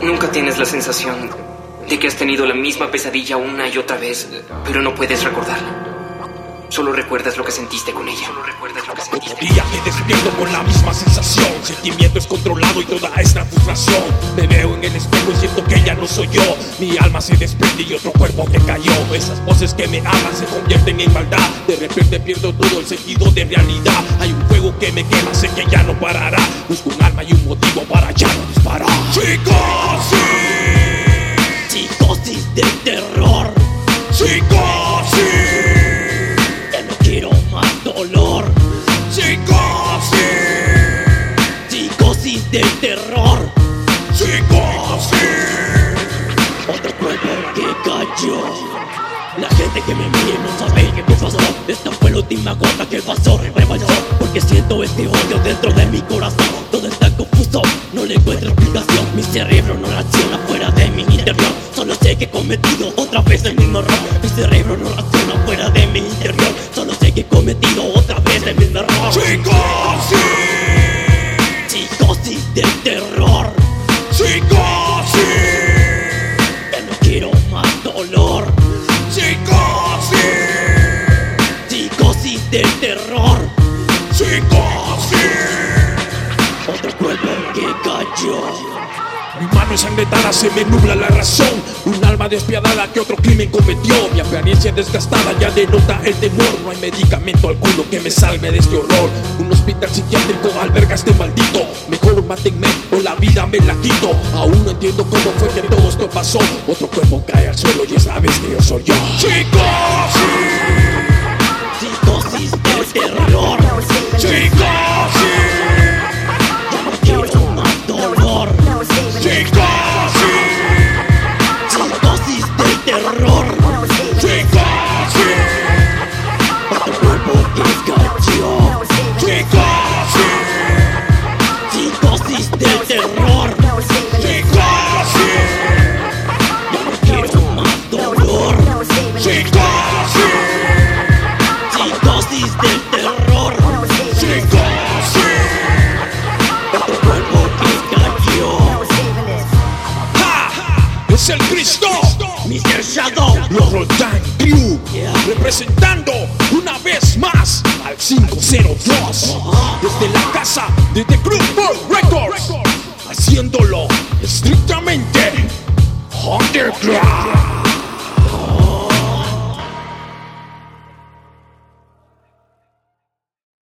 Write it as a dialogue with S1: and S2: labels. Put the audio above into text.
S1: Nunca tienes la sensación de que has tenido la misma pesadilla una y otra vez, pero no puedes recordarla. Solo recuerdas lo que sentiste con ella. Solo recuerdas lo que
S2: Otro día me despierto con la misma sensación Sentimiento es controlado y toda esta frustración Me veo en el espejo y siento que ya no soy yo Mi alma se desprende y otro cuerpo que cayó Esas voces que me hablan se convierten en maldad De repente pierdo todo el sentido de realidad Hay un fuego que me quema, sé que ya no parará Busco un alma y un motivo para ya no disparar Psicosis,
S3: Psicosis de terror,
S2: psicosis,
S3: ya no quiero más dolor.
S2: psicosis,
S3: Psicosis de terror,
S2: psicosis
S3: otro cuerpo que cayó. La gente que me mira no sabe qué me pasó. Esta fue la última gota que pasó, rebalsó. Porque siento este odio dentro de mi corazón. Todo está confuso, no le encuentro explicación. Mi cerebro no reacciona fuera de mi interior. Solo sé que he cometido otra vez el mismo error. Mi cerebro no reacciona fuera de mi interior. Solo sé que he cometido otra vez el mismo error.
S2: Psicosis,
S3: Psicosis del terror.
S2: psicosis,
S3: Ya no quiero más dolor.
S2: psicosis,
S3: Psicosis del terror.
S2: psicosis.
S3: Otro cuerpo que cayó.
S2: Mi mano ensangrentada se me nubla la razón. Un alma despiadada que otro crimen cometió. Mi apariencia desgastada ya denota el temor. No hay medicamento alguno que me salve de este horror. Un hospital psiquiátrico alberga este maldito. Mejor mátenme o la vida me la quito. Aún no entiendo cómo fue que todo esto pasó. Otro cuerpo cae al suelo y esa vez que yo soy yo. ¡Chicos!
S3: Psicosis del terror.
S2: ¡Chicos!
S3: Ya no quiero más dolor.
S2: ¡Chicos!
S3: Psicosis del terror. Otro cuerpo que cayó. Psicosis del terror. Ya no quiero más dolor. Psicosis del terror. Otro cuerpo que cayó.
S2: ¡Ja! ¡Es el Cristo!
S3: Mr. Shadow.
S2: Los Roldán Crew
S3: Yeah.
S2: Representando una vez más al 502 Desde la